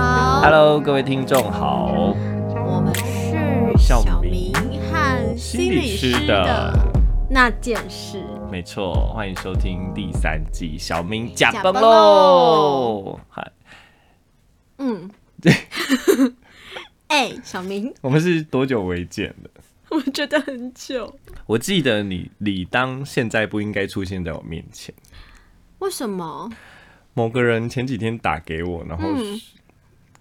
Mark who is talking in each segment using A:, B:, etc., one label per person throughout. A: Hello，各位听众好，
B: 我们是
A: 小
B: 明
A: 明
B: 和心理师的那件事。
A: 没错，欢迎收听第三季《小明假
B: 假
A: 崩
B: 崩
A: 喽》。嗨，
B: 嗯，哎、小明，
A: 我们是多久违见了？
B: 我觉得很久，
A: 我记得你理当现在不应该出现在我面前。
B: 为什么？
A: 某个人前几天打给我，然后
B: 嗯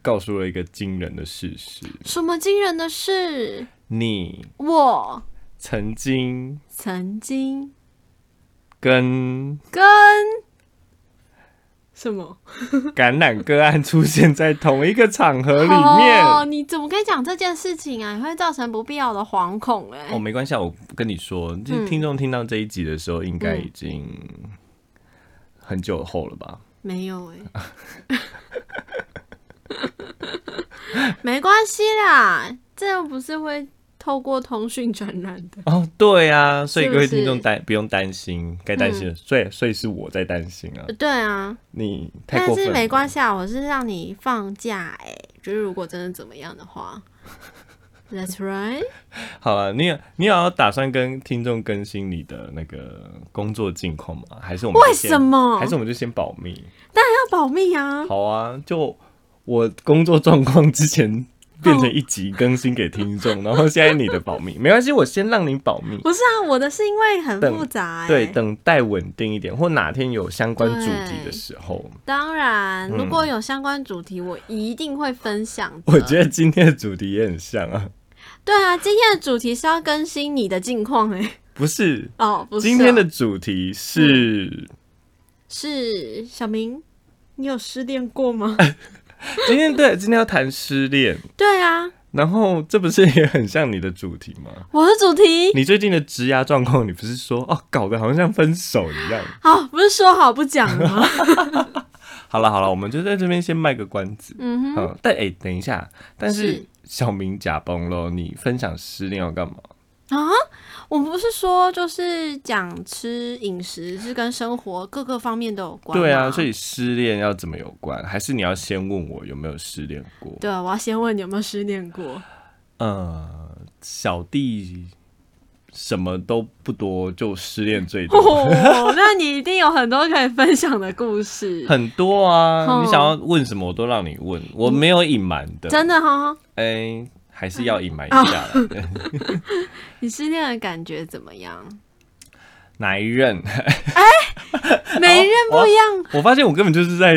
A: 告诉了一个惊人的事实：
B: 什么惊人的事？
A: 你
B: 我
A: 曾经
B: 曾经
A: 跟
B: 跟什么
A: 感染个案出现在同一个场合里面。
B: 哦，你怎么可以讲这件事情啊？你会造成不必要的惶恐哎、
A: 哦，没关系，啊，我跟你说，
B: 嗯
A: 就听众听到这一集的时候，应该已经很久后了吧？
B: 没有哎、 没关系啦，这又不是会透过通讯传染 的。
A: 哦，对啊，所以
B: 是
A: 各
B: 不
A: 位
B: 是嗯
A: 听众担不用担心，该担心的，所以所以是我在担心啊，
B: 对啊，
A: 你太
B: 但
A: 过分
B: 是
A: 了，
B: 没关系啊，我是让你放假哎、就是如果真的怎么样的 话，That's right，
A: 好了，你有你有要打算跟听众更新你的那个工作近况吗？还是我们就
B: 为
A: 先
B: 什么
A: 还是我们就先保密？
B: 要保密啊。
A: 好啊，就我工作状况之前变成一集更新给 听众，然后现在你的保密没关系，我先让你保密。
B: 不是啊，我的是因为很
A: 等
B: 复杂、欸，
A: 对，等待稳定一点，或哪天有相关主题的时候，
B: 当然，如
A: 嗯
B: 果有相关主题，我一定会分享的。
A: 我觉得今天的主题也很像啊，
B: 对啊，今天的主题是要更新你的近况哎、
A: 不是？
B: 哦，不是啊、
A: 今天的主题是，
B: 是小明，你有失恋过吗？
A: 今天对，今天要谈失恋，
B: 对啊，
A: 然后这不是也很像你的主题吗？
B: 我的主题
A: 你最近的职涯状况，你不是说哦，搞得好像像分手一样？
B: 好，不是说好不讲了 吗？
A: 好了好了，我们就在这边先卖个关子。
B: 嗯哼，
A: 嗯，但哎、等一下，但是
B: 是
A: 小明假崩咯，你分享失恋要干嘛？
B: 啊，我们不是说就是讲吃饮食是跟生活各个方面都有关吗
A: 对啊，所以失恋要怎么有关？还是你要先问我有没有失恋过？
B: 对啊，我要先问你有没有失恋过？
A: 呃，小弟什么都不多，就失恋最多，
B: 哦，那你一定有很多可以分享的故 事，
A: 很多啊。
B: 哦
A: 你想要问什么，我都让你问，我没有隐瞒的。
B: 真的啊哈、
A: 哎、还是要隐瞒一下啦。对
B: 你失恋的感觉怎么样？
A: 哪一任？
B: 每一任不一样，
A: 我发现我根本就是在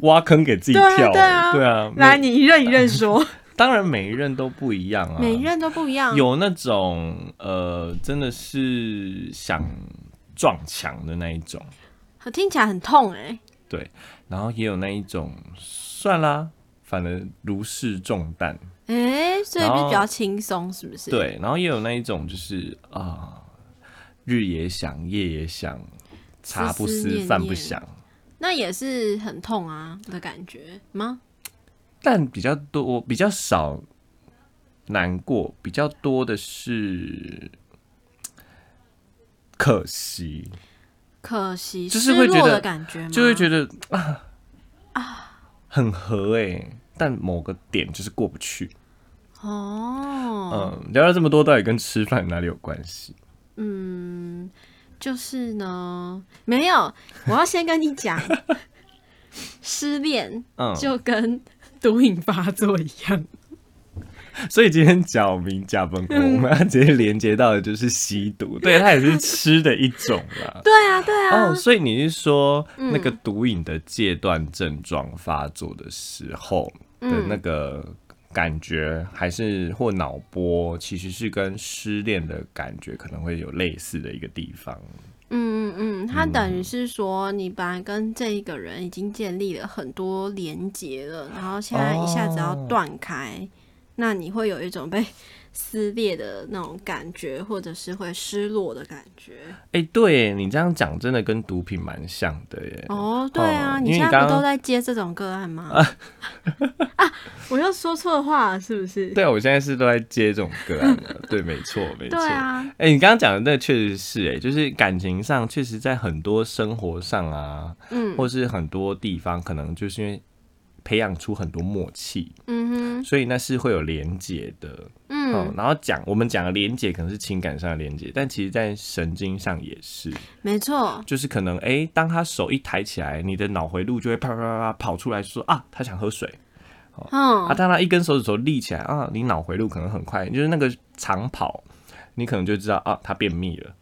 A: 挖坑给自己
B: 对啊
A: 跳、
B: 对啊
A: 对啊，
B: 来，
A: 每
B: 你一任一任 说，
A: 当然每一任都不一样啊，
B: 每一任都不一样。
A: 有那种呃，真的是想撞墙的那一种，
B: 听起来很痛哎、
A: 对，然后也有那一种算啦，反正如释重担，
B: 哎、所以
A: 然
B: 就
A: 后
B: 比较轻松，是不是？，
A: 对，然后也有那一种就是啊、日也想，夜也想，茶不
B: 思思
A: 思
B: 念
A: 饭不
B: 念
A: 想，
B: 那也是很痛啊的感觉吗？
A: 但比较多，比较少难过，比较多的是。可惜，
B: 可惜，
A: 就是
B: 失
A: 会觉
B: 落
A: 得
B: 的感觉吗？
A: 就会觉得啊很合哎、但某个点就是过不去。
B: 得哦，
A: 嗯，聊了这么多，到底跟吃饭哪里有关系？
B: 嗯，就是呢，没有，我要先跟你 讲，失恋
A: 嗯，
B: 就跟毒瘾发作一样，
A: 所以今天小明加崩锅，我们要直接连接到的就是吸毒，对，它也是吃的一种啦。
B: 对啊，对啊，
A: 哦，所以你是说那个毒瘾的戒断症状发作的时候的那个感觉，还是或脑波，其实是跟失恋的感觉可能会有类似的一个地方。
B: 嗯嗯嗯，它等于是说，你本来跟这一个人已经建立了很多连结了，然后现在一下子要
A: 哦
B: 断开，那你会有一种被 撕裂的那种感觉，或者是会失落的感觉。
A: 哎、对你这样讲，真的跟毒品蛮像的耶。
B: 哦，对啊，
A: 哦
B: 你
A: 因为
B: 现
A: 你
B: 在
A: 刚
B: 不
A: 刚
B: 都在接这种个案 吗？啊，我又说错话了，是不是？
A: 对啊，我现在是都在接这种个案的，对，没错，没错。
B: 对啊，
A: 哎、你刚刚讲的那个确实是哎、就是感情上确实在很多生活上啊，
B: 嗯
A: 或是很多地方可能就是因为培养出很多默契，
B: 嗯哼，
A: 所以那是会有连结的。嗯，
B: 嗯，
A: 然后讲我们讲的连结可能是情感上的连结，但其实在神经上也是，
B: 没错，
A: 就是可能哎、诶当他手一抬起来，你的脑回路就会啪啪啪啪跑出来说啊，他想喝水。啊，
B: 嗯，
A: 当他一根手指头立起来啊，你脑回路可能很快，就是那个长跑，你可能就知道啊，他便秘了。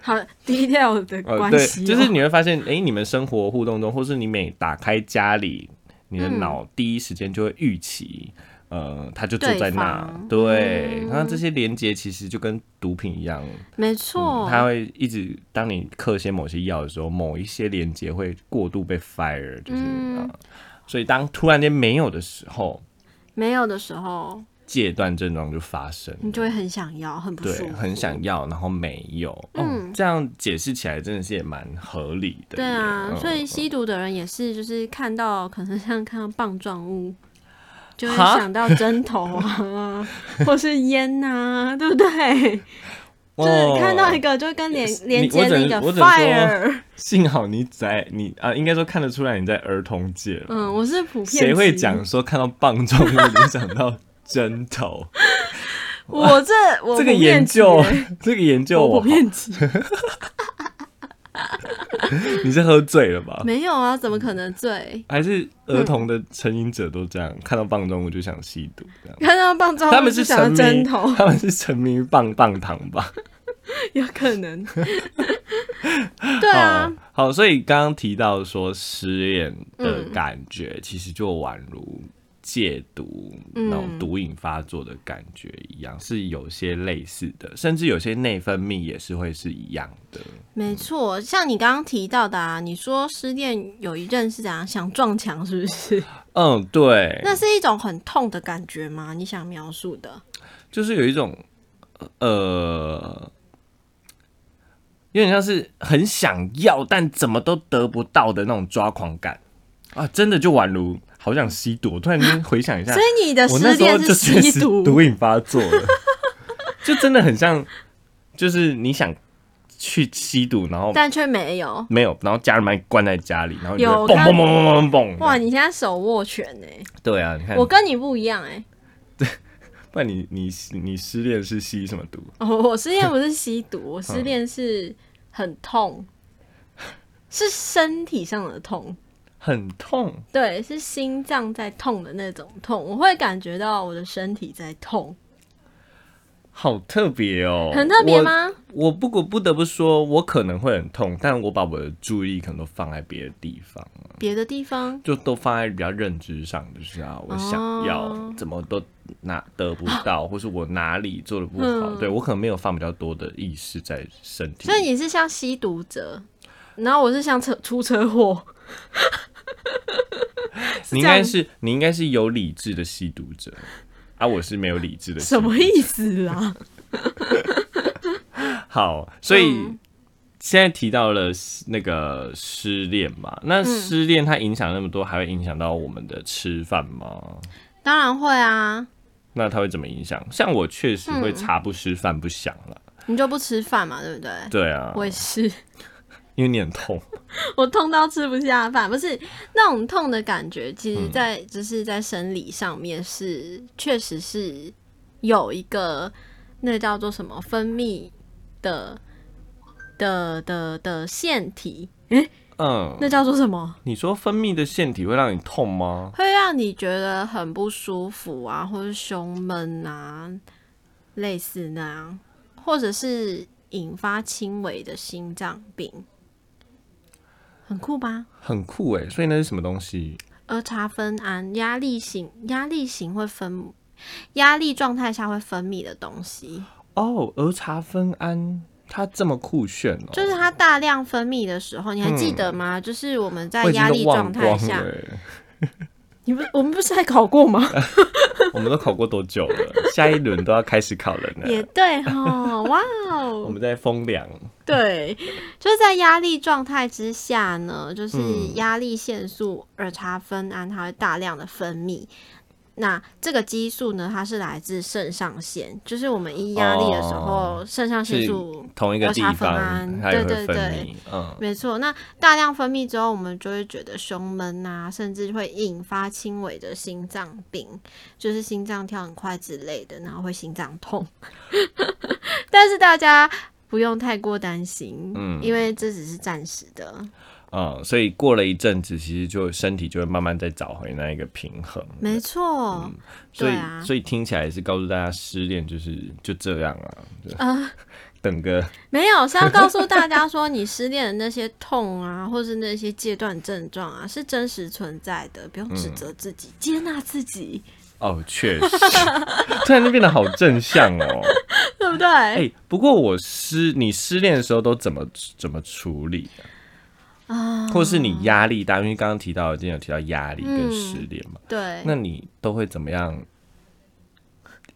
B: 好 detail 的
A: 呃，
B: 关
A: 对，
B: 系哦、
A: 就是你会发现，诶，你们生活互动中，或是你每打开家里，你的
B: 嗯
A: 脑第一时间就会预期，呃，他就坐
B: 对
A: 在那
B: 方，
A: 对，
B: 嗯
A: 那、这些连接其实就跟毒品一样，
B: 没
A: 嗯
B: 错，
A: 它会一直当你嗑些某些药的时候，某一些连接会过度被 fire，就是、
B: 嗯
A: 啊所以当突然间没有的时候，
B: 没有的时候，
A: 戒断症状就发生了，
B: 你就会很想要，很不舒
A: 对，
B: 服，
A: 很想要，然后没有，哦
B: 嗯，
A: 这样解释起来真的是也蛮合理的耶，
B: 对啊，
A: 嗯
B: 所以吸毒的人也是，就是看到可能像看到棒状物，就会
A: 哈
B: 想到针头啊，或是烟呐、啊，对不对？就是看到一
A: 哦、
B: 个就跟连
A: 你
B: 连接
A: 我只
B: 那个
A: 能我只能说
B: fire，
A: 幸好你在你啊，应该说看得出来你在儿童界了。
B: 嗯，我是普遍
A: 谁会
B: 级？
A: 讲说看到棒状物就想到针 头？
B: 我这我
A: 这个
B: 普遍
A: 研
B: 级
A: 究
B: 欸，
A: 这个研究
B: 我
A: 我
B: 普遍级
A: 你是喝醉了吧？
B: 没有啊，怎么可能醉？
A: 还是儿童的成瘾者都这样，看到棒状物就想吸毒 这样？
B: 看到棒状物
A: 他们
B: 就是想到
A: 沉迷，
B: 针头，
A: 他们是沉迷于棒棒糖吧？
B: 有可能。 对啊，
A: 哦好，所以刚刚提到说失恋的感觉，其实就宛如戒毒、
B: 嗯
A: 那种毒瘾发作的感觉一样，是有些类似的，甚至有些内分泌也是会是一样的。
B: 没错，像你刚刚提到的啊，你说失恋有一任是怎样想撞墙，是不是？
A: 嗯，对，
B: 那是一种很痛的感觉吗？你想描述的？
A: 就是有一种呃，有点像是很想要但怎么都得不到的那种抓狂感啊，真的就宛如好想吸毒。我突然间回想一下
B: 所，以你的
A: 我
B: 呃失
A: 那时候
B: 恋
A: 就是确
B: 吸
A: 实
B: 毒，
A: 毒瘾发作了， 就真的很像，就是你想去吸毒，然后
B: 但却没有。
A: 没有，然后家人把你关在家里，然后你就
B: 有
A: 蹦
B: 刚
A: 蹦蹦蹦蹦蹦
B: 哇，
A: 蹦。
B: 你现在手握拳呢、
A: 对啊，你看
B: 我，跟你不一样哎、
A: 不然你你你失恋是吸什么毒？
B: 哦， 我失恋不是吸毒，我
A: 嗯
B: 失恋是很痛，是身体上的痛，
A: 很痛。
B: 对，是心脏在痛的那种痛，我会感觉到我的身体在痛，
A: 好特别哦，
B: 很特别吗？
A: 我？我不过不得不说，我可能会很痛，但我把我的注意力可能都放在别的地方，
B: 别的地方
A: 就都放在比较认知上，就是啊，我想要
B: 哦
A: 怎么都拿得不到，或是我哪里做的不好，
B: 嗯
A: 对我可能没有放比较多的意识在身体
B: 所。以你是像吸毒者，然后我是像车出车祸，
A: 你应
B: 这样
A: 该是你应该是有理智的吸毒者，啊，我是没有理智的吸毒
B: 什
A: 者。
B: 么意思啊啦？
A: 好，所以
B: 嗯
A: 现在提到了失那个失恋嘛，那失恋它影响那么多，还会影响到我们的吃饭吗？
B: 当然会啊，
A: 那它会怎么影响？像我确实
B: 嗯
A: 会茶不吃饭不想了，
B: 你就不吃饭嘛，对不对？
A: 对啊，
B: 我也是，
A: 因为你很痛，
B: 我痛到吃不下饭，不是那种痛的感觉，其
A: 嗯
B: 实在、就是在生理上面是确实是有一个那叫做什么分泌的的的的腺体，
A: 嗯，
B: 那叫做什么？
A: 你说分泌的腺体会让你痛吗？
B: 会让你觉得很不舒服啊，或是胸闷啊，类似那样，或者是引发轻微的心脏病，很酷吧？
A: 很酷诶，所以那是什么东西？
B: 而茶酚胺压力型，压力型会分，压力状态下会分泌的东西，
A: 哦，儿茶酚胺，它这么酷炫哦，
B: 就是它大量分泌的时候，你还记得吗？就是我们在
A: 嗯我已经
B: 压
A: 都
B: 力
A: 忘
B: 状态
A: 光
B: 下，
A: 了耶。
B: 你不，我们不是还考过吗？
A: 我们都考过多久了？下一轮都要开始考了 呢。
B: 也对哈，哇哦
A: 我！们在风凉，
B: 对，就是在压力状态之下呢，就是
A: 嗯
B: 压力腺素耳茶酚胺，它会大量的分泌。那这个激素呢，它是来自肾上腺，就是我们一压力的时候，
A: 哦
B: 肾、上腺
A: 是
B: 素
A: 同一个
B: 儿
A: 地
B: 茶酚
A: 方
B: 胺
A: 它
B: 对
A: 也
B: 对
A: 会分
B: 对
A: 泌，嗯，
B: 没错，那大量分泌之后，我们就会觉得胸闷啊，甚至会引发轻微的心脏病，就是心脏跳很快之类的，然后会心脏痛。 但是大家不用太过担心，
A: 嗯
B: 因为这只是暂时的，
A: 嗯，所以过了一阵子，其实就身体就会慢慢再找回那一个平衡。
B: 没错。
A: 嗯所以、
B: 对啊
A: 所以听起来是告诉大家，失恋就是就这样啊，就
B: 啊
A: 等个
B: 没有是要告诉大家说，你失恋的那些痛啊，或是那些戒断症状啊，是真实存在的，不用指
A: 嗯
B: 责自己，接纳自己，
A: 哦，确实，突然就变得好正向哦。
B: 对不对？
A: 哎、不过我失你失恋的时候都怎么怎么处理、
B: 啊，
A: 或是你压力大，因为刚刚提到，今天有提到压力跟失恋嘛，
B: 嗯对，
A: 那你都会怎么样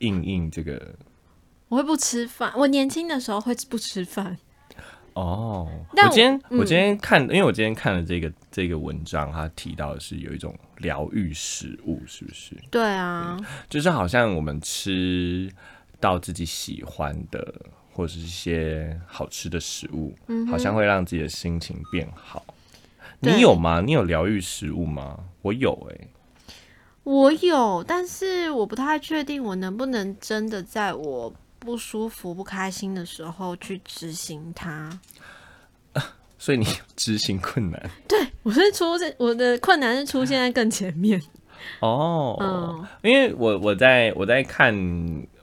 A: 应应这个？
B: 我会不吃饭。我年轻的时候会不吃饭，
A: 哦，
B: 但
A: 我今天
B: 我嗯
A: 我今天看，因为我今天看了这个这个文章，它提到的是有一种疗愈食物，是不是？
B: 对啊，
A: 就是好像我们吃到自己喜欢的，或者是一些好吃的食物，好像会让自己的心情变好。
B: 嗯对
A: 你有吗？你有疗愈食物吗？我有哎、
B: 我有，但是我不太确定我能不能真的在我不舒服、不开心的时候去执行它。
A: 所以你 执行困难
B: 对我是出现我的困难是出现在更前面，
A: 哦。
B: 嗯
A: 因为我我在我在看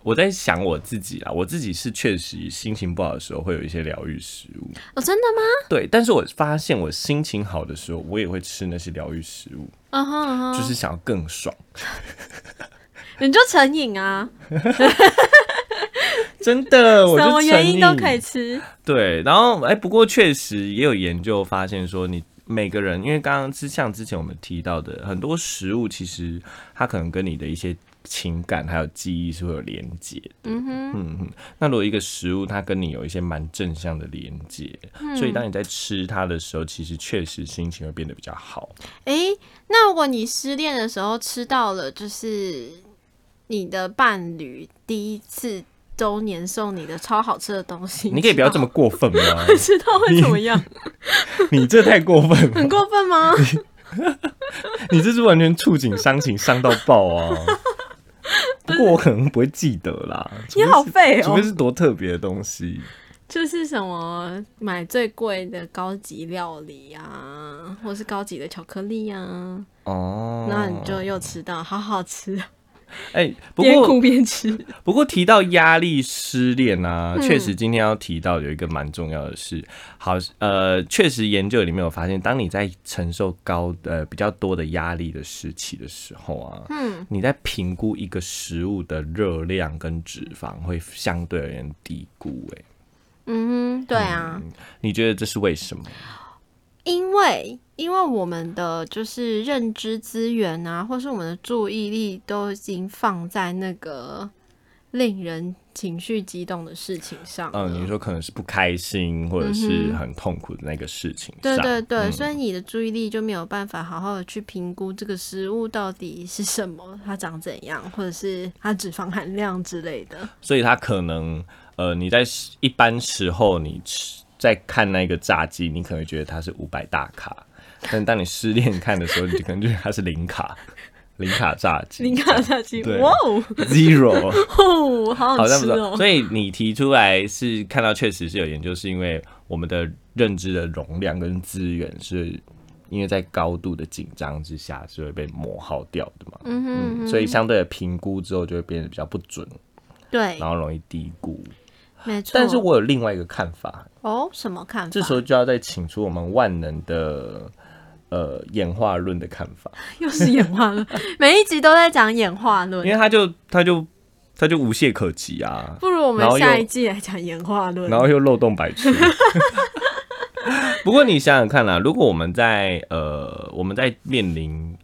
A: 我在想我自己啦，我自己是确实心情不好的时候会有一些疗愈食物，
B: 哦，真的吗？
A: 对。但是我发现我心情好的时候，我也会吃那些疗愈食物，
B: 嗯哼嗯哼，
A: 就是想要更爽。
B: 你就成瘾啊，
A: 真 的，我就
B: 什么原因都
A: 成瘾
B: 可以吃。
A: 对，然后哎、不过确实也有研究发现说，你每个人，因为刚刚之像之前我们提到的，很多食物其实它可能跟你的一些情感还有记忆是会有连接的。
B: 嗯哼，
A: 嗯哼，那如果一个食物它跟你有一些蛮正向的连接，所以
B: 嗯
A: 当你在吃它的时候，其实确实心情会变得比较好。
B: 诶，那如果你失恋的时候吃到了，就是你的伴侣第一次周年送你的超好吃的哦东西，
A: 你可以不要 这么过分吗？
B: 知道会怎么样？
A: 你这太过分了，
B: 很过分吗？
A: 你这是完全触景伤情，伤到 爆啊！不过我可能不会记得啦，除
B: 你
A: 非
B: 好
A: 是
B: 废
A: 除
B: 哦
A: 非！是多特别的东西，
B: 就是什么买最贵的高级料理啊，或是高级的巧克力啊，
A: 哦
B: 那你就又吃到，好好吃，
A: 哎、不
B: 边
A: 过
B: 哭边 吃。
A: 不过提到压力、失恋啊，
B: 嗯
A: 确、实今天要提到有一个蛮重要的事，好呃，确实研究里面有发现，当你在承受高呃比较多的压力的时期的时候啊，
B: 嗯，
A: 你在评估一个食物的热量跟脂肪会相对而言低估、哎，
B: 嗯哼，对啊，
A: 你觉得这是为什么？
B: 因为因为我们的就是认知资源啊，或是我们的注意力都已经放在那个令人情绪激动的事情上了。
A: 嗯，你说可能是不开心或者是很痛苦的那个事情
B: 嗯对
A: 上，
B: 对对，所以你的注意力就没有办法好好的去评估这个食物到底是什么，它长怎样，或者是它脂肪含量之类的。
A: 所以他可能呃，你在一般时候你吃在看那个炸鸡，你可能觉得它是五百大卡，但当你失恋看的时候，你就可能觉得它是零卡，零卡炸 鸡，
B: 你看下去，
A: 对
B: 哇哦，
A: zero。
B: 哦好
A: 好
B: 好
A: 像
B: 吃
A: 不错。
B: 哦。
A: 所以你提出来是看到确实是有研究，是因为我们的认知的容量跟资源是。因为在高度的紧张之下是会被磨耗掉的嘛，
B: 嗯哼嗯哼
A: 所以相对的评估之后就会变得比较不准，
B: 对
A: 然，后容易低估。
B: 没错。
A: 但是我有另外一个看法，
B: 哦，什么看法？
A: 这时候就要再请出我们万能的呃演化论的看法，
B: 又是演化论，每一集都在讲演化论
A: 因。为他就他就他就无懈可击啊，
B: 不如我们
A: 然后又
B: 下一季来讲演化论。
A: 然后又漏洞百出。 不过你想想看啦，如果我们在呃我们在面临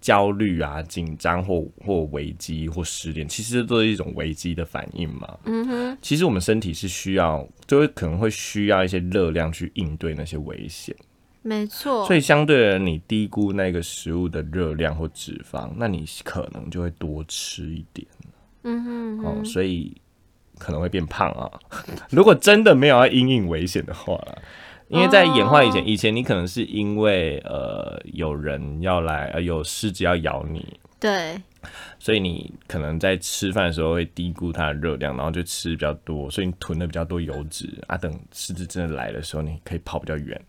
A: 焦虑啊、紧张或或危机或失恋，其实这都是一种危机的反应嘛。
B: 嗯哼，
A: 其实我们身体是需要，就会可能会需要一些热量去应对那些危险。
B: 没错
A: 所，以相对的，你低估那个食物的热量或脂肪，那你可能就会多吃一点
B: 嗯哼嗯
A: 哦，
B: 哼，
A: 所以可能会变胖啊。 如果真的没有要因应危险的话啦，因为在演化以前，
B: 哦
A: 以前你可能是因为呃有人要来，呃有狮子要咬你，
B: 对，
A: 所以你可能在吃饭的时候会低估它的热量，然后就吃比较多，所以你囤的比较多油脂啊。等狮子真的来的时候，你可以跑比较远。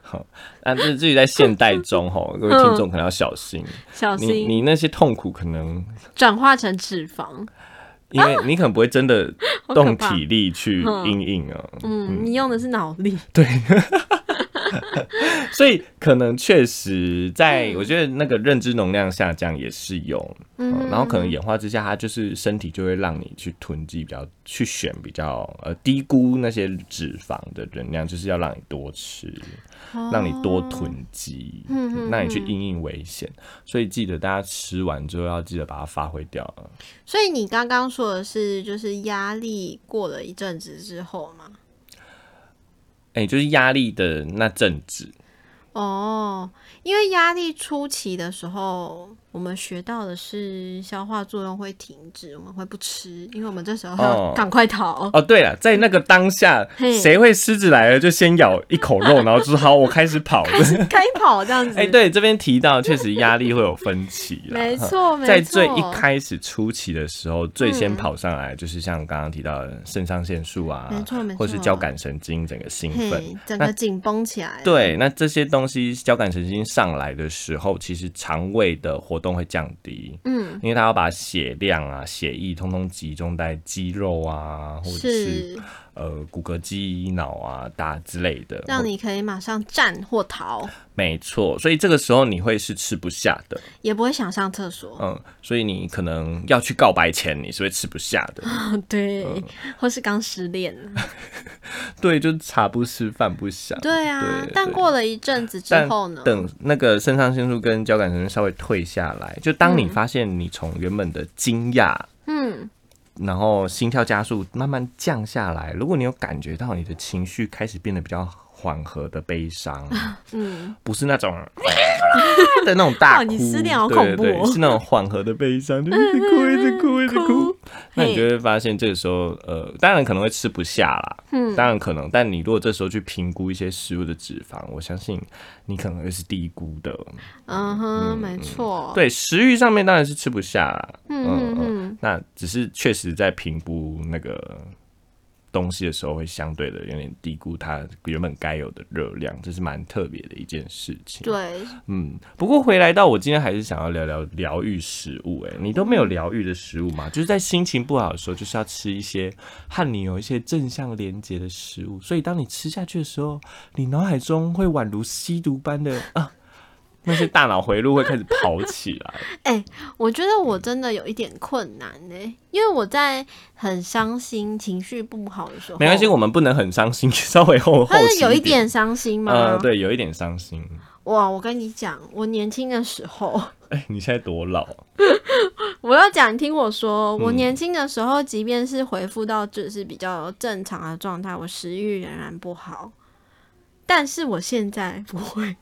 A: 好，那这至于在现代 中吼，各位听众可能要小心，
B: 嗯小
A: 你
B: 心
A: 你那些痛苦可能
B: 转化成脂肪。
A: 因为你可能不会真的
B: 啊好可
A: 动
B: 怕
A: 体力去
B: 嗯
A: 应应啊，
B: 嗯，你用的是脑力，
A: 所以可能确实在我觉得那个认知容量下降也是有，嗯，然后可能演化之下，它就是身体就会让你去囤积比较，去选比较呃低估那些脂肪的能量，就是要让你多吃，让你多囤积，哦嗯，让你去应应危险。所以记得大家吃完之后要记得把它发挥掉啊
B: 所以你刚刚说的是，就是压力过了一阵子之后嘛？
A: 哎、就是压力的那阵子，
B: 哦，因为压力初期的时候，我们学到的是消化作用会停止，我们会不吃，因为我们这时候
A: 哦
B: 要赶快逃。
A: 哦，对了，在那个当下，
B: 嘿
A: 谁会狮子来了就先咬一口肉，然后就说好，我开始 跑了。
B: 开跑这样子。
A: 哎、对，这边提到确实压力会有分歧啦，
B: 没错，没错。嗯
A: 在最一开始初期的时候，最先跑上来就是像刚刚提到的肾上腺素啊，
B: 没错没错
A: 或是交感神经整个兴奋。
B: 嘿，整个紧绷起来。，
A: 对，那这些东西交感神经上来的时候，其实肠胃的活动会降低，
B: 嗯，
A: 因为它要把血量啊、血液通通集中在肌肉啊，或者是
B: 是
A: 呃骨骼肌、脑啊、大之类的。
B: 让你可以马上站或逃，
A: 没错，所以这个时候你会是吃不下的，
B: 也不会想上厕所。
A: 嗯，所以你可能要去告白前你是会吃不下的，
B: 啊
A: 嗯
B: 对，或是刚失 恋了。
A: 对，就是茶不思饭不想。
B: 对啊，
A: 对
B: 但
A: 对
B: 过了一阵子之
A: 但
B: 后呢？
A: 等那个肾上腺素跟交感神经稍微退下来，就当你发现你从原本的惊讶，
B: 嗯，
A: 然后心跳加速慢慢降下来，如果你有感觉到你的情绪开始变得比较缓和的悲伤，嗯，不 是那种呃的那种大
B: 哇
A: 哭，
B: 你失恋好恐怖哦
A: 对对对是那种缓和的悲伤， 就一直哭，一直哭，一直哭
B: 哭。
A: 那你就会发现，这个时候，呃，当然可能会吃不下啦，嗯，当然可能，但你如果这时候去评估一些食物的脂肪，我相信你可能会是低估的。
B: 嗯哼，没错。
A: 对，食欲上面当然是吃不下啦，
B: 嗯嗯嗯。
A: 那只是确实在评估那个东西的时候，会相对的有点低估它原本该有的热量，这是蛮特别的一件事情。，
B: 对，
A: 嗯。不过回来到我今天还是想要聊聊疗愈食物、欸，你都没有疗愈的食物吗？就是在心情不好的时候，就是要吃一些和你有一些正向连接的食物，所以当你吃下去的时候，你脑海中会宛如吸毒般的 啊。那些大脑回路会开始跑起来，
B: 哎、我觉得我真的有一点困难呢、因为我在很伤心、情绪不好的时候，
A: 没关系，我们不能很伤心，稍微后后
B: 但
A: 期
B: 是有
A: 一
B: 一点伤心吗？
A: 呃，对，有一点伤心。
B: 哇，我跟你讲，我年轻的时候，
A: 哎、你现在多老？
B: 我要讲，你听我
A: 嗯
B: 说，我年轻的时候，即便是恢复到就是比较正常的状态，我食欲仍然不好，但是我现在不会，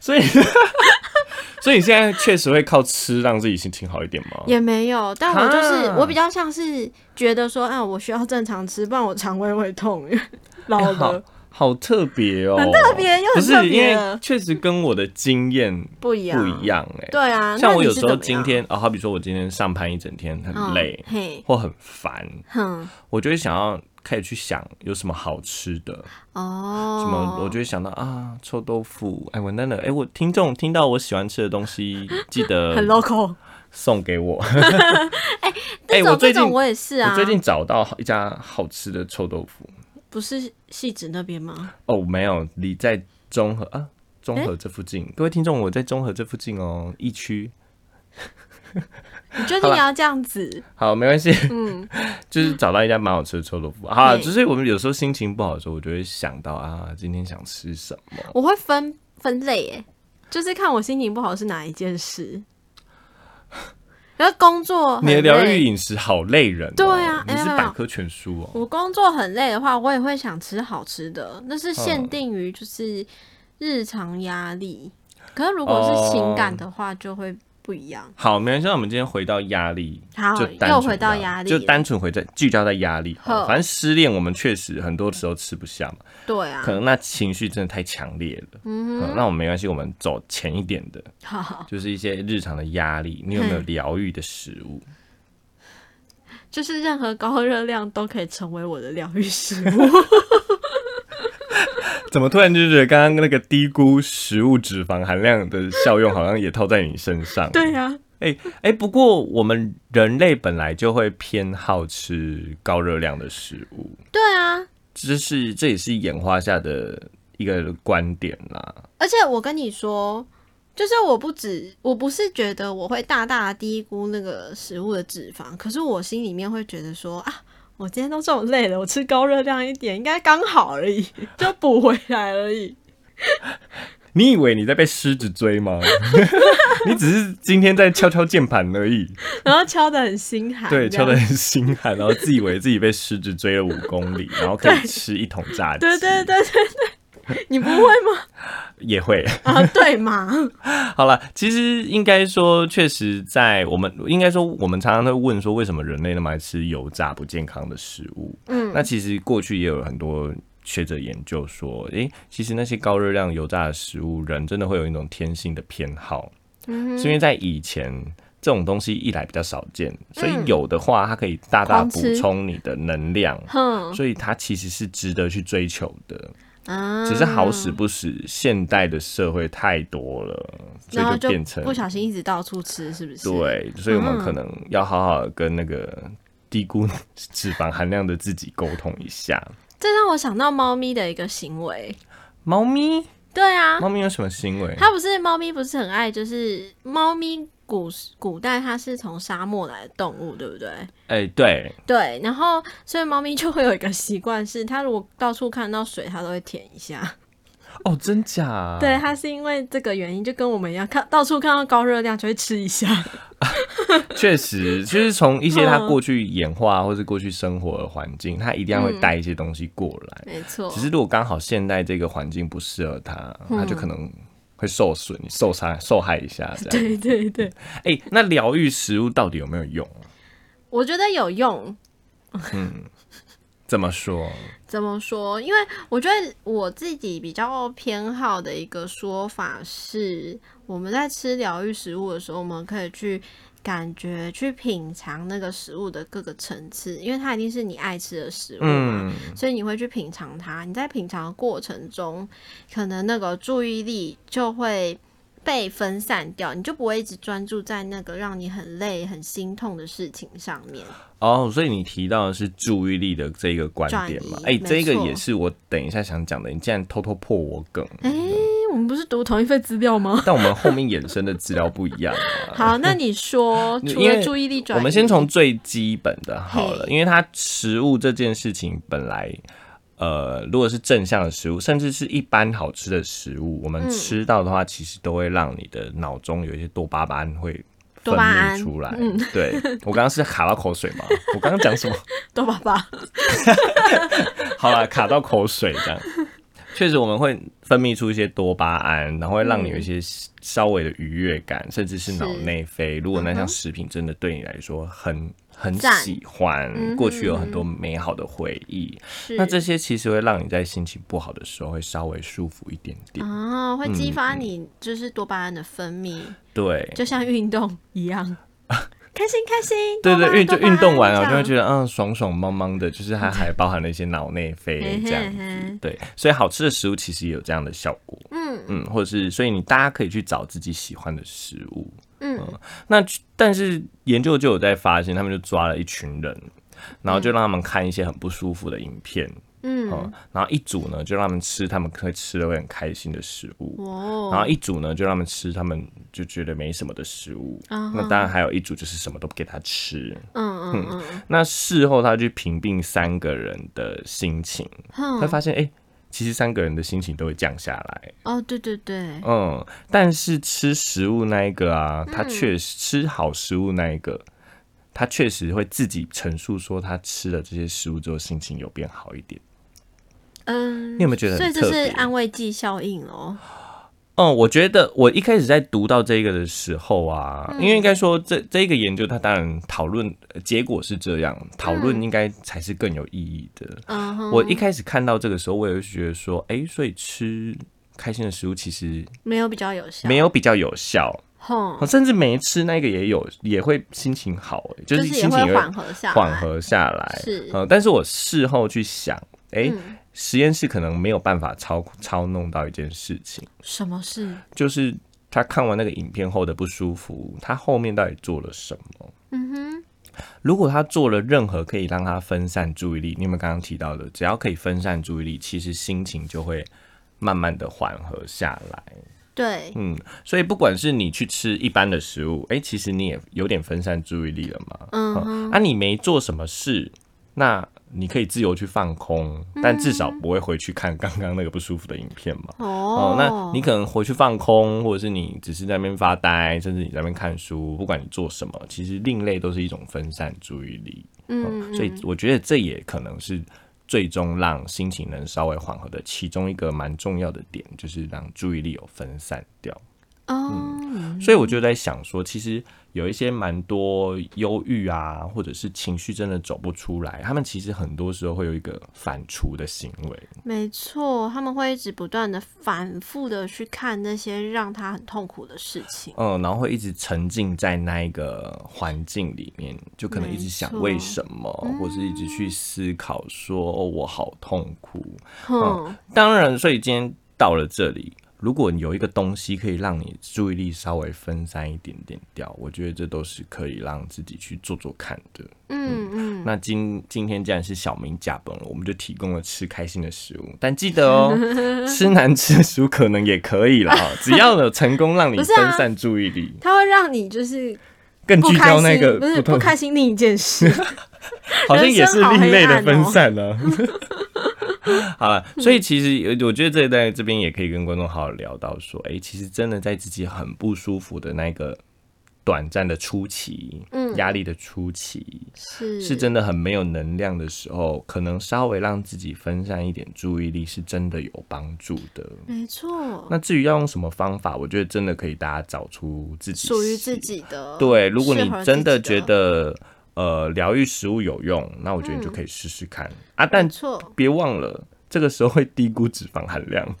A: 所以， 所以你现在确实会靠吃让自己心情好一点吗？
B: 也没有，但我就是
A: 哦啊
B: 我比较像是觉得说，啊，我需要正常吃，不然我肠胃会痛， 老
A: 哎
B: 了
A: 好。好特别哦，
B: 很特别又很
A: 不是
B: 特别
A: 因为确实跟我的经验
B: 不一样，
A: 不一。样哎、
B: 对啊，
A: 像
B: 那
A: 我
B: 你
A: 有
B: 是
A: 时候
B: 怎么
A: 今
B: 样
A: 天啊、好比说我今天上班一整天很
B: 嗯
A: 累、
B: 嘿，
A: 或很烦，
B: 哼，
A: 我就会想要开始去想有什么好吃的，
B: 哦，
A: 什么，我就会想到啊，臭豆腐，哎，完蛋了，哎，我听众听到我喜欢吃的东西，记
B: 很
A: 得
B: local。
A: 送给我。哎
B: 这
A: 我
B: 种
A: 最
B: 这
A: 近
B: 种我也是啊，
A: 我最近找到一家好吃的臭豆腐，
B: 不是戏子那边吗？
A: 哦，没有，你在中和啊，中和这附近，各位听众，我在中和这附近哦，一区。
B: 你确定要这样子？
A: 好，没关系，
B: 嗯
A: 就是找到一家蛮好吃的臭豆腐啊。
B: 对
A: 就是我们有时候心情不好的时候，我就会想到啊，今天想吃什么。
B: 我会分分类诶，就是看我心情不好是哪一件事。然后工作很
A: 你的疗
B: 累
A: 愈饮食好累人、哦，
B: 对啊
A: 你
B: 哎
A: 是
B: 呀
A: 百科全书哦。
B: 我工作很累的话，我也会想吃好吃的，那是限定于就是日常压力。可是如果是情感的话，就会不一样。
A: 好，没关系，那我们今天回到压力，
B: 好
A: 哦就
B: 啊
A: 单纯啊
B: 又回到压力
A: 就单纯回在聚焦在压力。
B: 呵
A: 反正失恋我们确实很多时候吃不下嘛，
B: 对啊
A: 可，能那情绪真的太强烈了。
B: 嗯
A: 嗯，那我们没关系，我们走浅一点的，
B: 哼，好，
A: 就是一些日常的压力。你有没有
B: 嗯
A: 疗愈的食物？
B: 就是任何高热量都可以成为我的疗愈食物。
A: 怎么突然就觉得刚刚那个低估食物脂肪含量的效用，好像也套在你身上？
B: 对啊，
A: 哎、哎、不过我们人类本来就会偏好吃高热量的食物，
B: 对啊，
A: 这是这也是演化下的一个观点啦。
B: 而且我跟你说。就是我不止，我不是觉得我会大大地低估那个食物的脂肪，可是我心里面会觉得说啊，我今天都这么累了，我吃高热量一点应该刚好而已， 就补回来而已。
A: 你以为你在被狮子追吗？ 你只是今天在敲敲键盘而已，
B: 然后敲得很心寒，
A: 对，
B: 这
A: 敲
B: 样
A: 得很心寒，然后自以为自己被狮子追了五 公里，然后可以
B: 对
A: 吃一桶炸鸡，
B: 对对对对对，你不会 吗？
A: 也会。
B: 啊，对嘛？
A: 好了，其实应该说，确实在我们应该说，我们常常会问说，为什么人类那么爱吃油炸不健康的食物？
B: 嗯，
A: 那其实过去也有很多学者研究说，诶、其实那些高热量油炸的食物，人真的会有一种天性的偏好，
B: 嗯
A: 是因为在以前。这种东西一来比较少见，所以有的话它可以大大
B: 嗯狂
A: 补
B: 吃
A: 充你的能量，
B: 哼，
A: 所以它其实是值得去追求的。
B: 啊
A: 只是好死不死，现代的社会太多了，所
B: 然后
A: 以
B: 就
A: 变成
B: 不小心一直到处吃，是不是？，
A: 对，所以我们
B: 嗯
A: 可能要好好地跟那个低估脂肪含量的自己沟通一下。
B: 这让我想到猫咪的一个行为。
A: 猫咪，
B: 对啊，
A: 猫咪有什么行为？
B: 它不是猫咪，不是很爱，就是猫咪古古代它是从沙漠来的动物，对不对？
A: 哎、对，
B: 对，然后所以猫咪就会有一个习惯是，它如果到处看到水，它都会舔一下。
A: 哦，真假？
B: 对，，啊它是因为这个原因，就跟我们一样，看到处看到高热量就会吃一下。
A: 确实，就是从一些它
B: 嗯
A: 过去演化或是过去生活的环境，它一定会
B: 嗯
A: 带一些东西过来。
B: 没错
A: 只，是如果刚好现代这个环境不适合它，它就可能会受损、受伤、受害一下这样。
B: 对对对，
A: 哎、那疗愈食物到底有没有用？
B: 我觉得有用。
A: 怎么说？
B: 怎么说？因为我觉得我自己比较偏好的一个说法是，我们在吃疗愈食物的时候，我们可以去感觉、去品尝那个食物的各个层次，因为它一定是你爱吃的食物嘛。
A: 嗯，
B: 所以你会去品尝它。你在品尝的过程中，可能那个注意力就会被分散掉，你就不会一直专注在那个让你很累、很心痛的事情上面。
A: 哦，所以你提到的是注意力的这个观点嘛？
B: 转
A: 哎、
B: 移
A: 这个
B: 没错
A: 也是我等一下想讲的。你竟然偷偷破我 梗，
B: 哎、我们不是读同一份资料吗？
A: 但我们后面衍生的资料不一样啊。
B: 好，那你 说，
A: 因
B: 除
A: 为
B: 了注意力转移，
A: 我们先从最基本的好了，
B: 嘿
A: 因为它食物这件事情本来，呃，如果是正向的食物，甚至是一般好吃的食物，我
B: 嗯
A: 们吃到的话，其实都会让你的脑中有一些多巴胺会。分
B: 多巴
A: 泌
B: 胺
A: 出来，
B: 嗯
A: 对我刚刚是卡到口水嘛？我刚刚讲什么？
B: 多巴巴，
A: 好了，卡到口水这样。确实，我们会分泌出一些多巴胺，然后会让你有一些稍微的愉悦感，甚至是脑内啡。如果那项食品真的对你来说很很
B: 嗯赞
A: 喜欢，
B: 嗯哼
A: 过去有很多美好的回忆，
B: 是
A: 那这些其实会让你在心情不好的时候会稍微舒服一点点。
B: 啊、会激发
A: 嗯
B: 你就是多巴胺的分泌，
A: 对，
B: 就像运动一 样，开心开心。
A: 对对，运就运动完了，我就会
B: 得
A: 觉得嗯，爽爽茫茫的，就是 它还包含了一些脑内啡哎这样
B: 嘿嘿
A: 子
B: 嘿。
A: 对，所以好吃的食物其实也有这样的效果。
B: 嗯
A: 嗯，或者是所以你大家可以去找自己喜欢的食物。
B: 嗯
A: 那去但是研究就有在发现，他们就抓了一群人，然后就让他们看一些很不舒服的影片，
B: 嗯，
A: 嗯，然后一组呢就让他们吃他们会吃的会很开心的食物，
B: 哦，
A: 然后一组呢就让他们吃他们就觉得没什么的食物，
B: 啊
A: 那当然还有一组就是什么都不给他吃。
B: 嗯嗯嗯
A: 那事后他去评定三个人的心情，
B: 嗯，
A: 会发现哎、诶其实三个人的心情都会降下来。
B: 哦，对对对，
A: 嗯，但是吃食物那一个啊，他
B: 嗯
A: 确实吃好食物那一个，他确实会自己陈述说他吃了这些食物之后心情有变好一点。
B: 嗯
A: 你，有没有觉得
B: 所以
A: 很
B: 这
A: 特
B: 是
A: 别？
B: 安慰剂效应哦。
A: 嗯，我觉得我一开始在读到这个的时候啊，
B: 嗯
A: 因为应该说这这个研究，它当然讨论呃结果是这样，讨论应该才是更有意义的。
B: 嗯哼，
A: 我一开始看到这个时候，我也会觉得说，哎、所以吃开心的食物其实
B: 没有比较有效，
A: 没有比较有效，
B: 哼，
A: 甚至没吃那个也有也会心情好、哎就
B: 就是是也
A: 心
B: 会
A: 情
B: 缓和下来，
A: 缓和下来。
B: 是
A: 呃，但是我事后去想，哎、
B: 嗯
A: 实验室可能没有办法操操弄到一件事情。
B: 什么事？
A: 就是他看完那个影片后的不舒服，他后面到底做了什么？
B: 嗯哼，
A: 如果他做了任何可以让他分散注意力，你们刚刚提到的，只要可以分散注意力，其实心情就会慢慢的缓和下来。
B: 对，
A: 嗯，所以不管是你去吃一般的食物，诶，其实你也有点分散注意力了嘛。
B: 嗯
A: 嗯，啊，你没做什么事，那你可以自由去放空，
B: 嗯
A: 但至少不会回去看刚刚那个不舒服的影片嘛。哦
B: 哦，，
A: 那你可能回去放空，或者是你只是在那边发呆，甚至你在那边看书，不管你做什么，其实另类都是一种分散注意力。哦
B: 嗯，
A: 所以我觉得这也可能是最终让心情能稍微缓和的其中一个蛮重要的点，就是让注意力有分散掉。嗯
B: 哦，
A: 所以我就在想说，其实有一些蛮多忧郁啊，或者是情绪真的走不出来，他们其实很多时候会有一个反刍的行为。
B: 没错，他们会一直不断的、反复的去看那些让他很痛苦的事情。
A: 嗯，然后会一直沉浸在那一个环境里面，就可能一直想
B: 没错嗯
A: 为什么，或是一直去思考说、哦、我好痛苦。
B: 哼，
A: 当然，所以今天到了这里，如果你有一个东西可以让你注意力稍微分散一点点掉，我觉得这都是可以让自己去做做看的。
B: 嗯嗯，
A: 那今今天既然是小明驾崩了，我们就提供了吃开心的食物，但记 得哦，吃难吃的食物可能也可以啦，只要有成功让你
B: 不是啊
A: 分散注意力。
B: 他会让你就是
A: 更
B: 不
A: 聚
B: 开
A: 焦那
B: 心，
A: 个
B: 不是
A: 同
B: 不开心另一件 事。
A: 好像也是另类的
B: 哦
A: 分散呢、 好了，所以其实有我觉得这一代这边也可以跟观众好好聊到说，哎、其实真的在自己很不舒服的那个短暂的初期，
B: 嗯
A: 压力的初期，
B: 是
A: 是真的很没有能量的时候，可能稍微让自己分散一点注意力，是真的有帮助的。
B: 没错，
A: 那至于要用什么方法，我觉得真的可以大家找出自己
B: 属于自己的。
A: 对，如果
B: 哦适
A: 你
B: 合
A: 真
B: 自
A: 的
B: 己
A: 觉得呃疗愈食物有用，那我觉
B: 嗯
A: 得你就可以试试看、啊。但
B: 没错，
A: 别忘了，这个时候会低估脂肪含
B: 嗯
A: 量，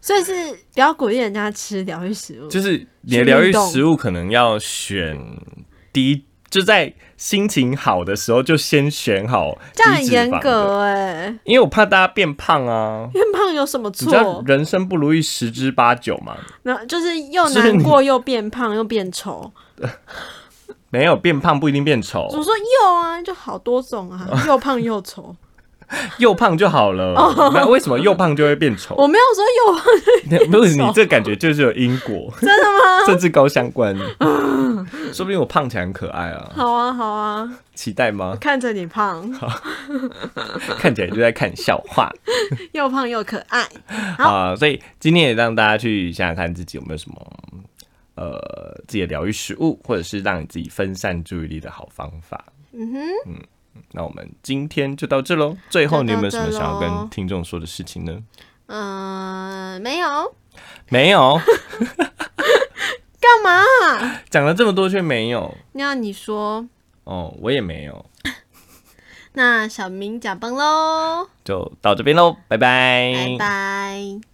B: 所以是不要鼓励人家吃疗愈食物，
A: 就是你
B: 去
A: 的疗
B: 运
A: 愈
B: 动
A: 食物可能要选低，就在心情好的时候就先选好低
B: 这样很
A: 脂
B: 严
A: 肪的，
B: 格哎、
A: 因为我怕大家变胖啊。
B: 变胖有什么
A: 你知道
B: 错？
A: 人生不如意十之八九嘛，
B: 然后就是又
A: 是
B: 难
A: 你哦
B: 过又变胖又变丑。
A: 没有变胖不一定变丑，
B: 我说又啊，就好多种啊， 又胖又丑。
A: 又胖就好了。
B: 哦
A: 那为什么又胖就会变丑？
B: 我没有说又胖，
A: 不是你这感觉就是有因果， 真的吗？甚至高相 关，说不定我胖起来很可爱啊，
B: 好啊好啊，
A: 期待 吗？
B: 看着你 胖，
A: 看起来就在看笑话
B: 又胖又可爱。
A: 啊、所以今天也让大家去想想看自己有没有什么呃自己的疗愈食物，或者是让你自己分散注意力的好方法。
B: 嗯哼，
A: 那我们今天就到这喽。最后，你有没有什么想要
B: 就到这咯
A: 跟听众说的事情呢？
B: 嗯、没有，
A: 没有，
B: 干嘛啊、
A: 讲了这么多却没有。
B: 那你说，
A: 哦，我也没有，
B: 那小明假崩喽，
A: 就到这边喽，拜拜
B: 嗯拜拜。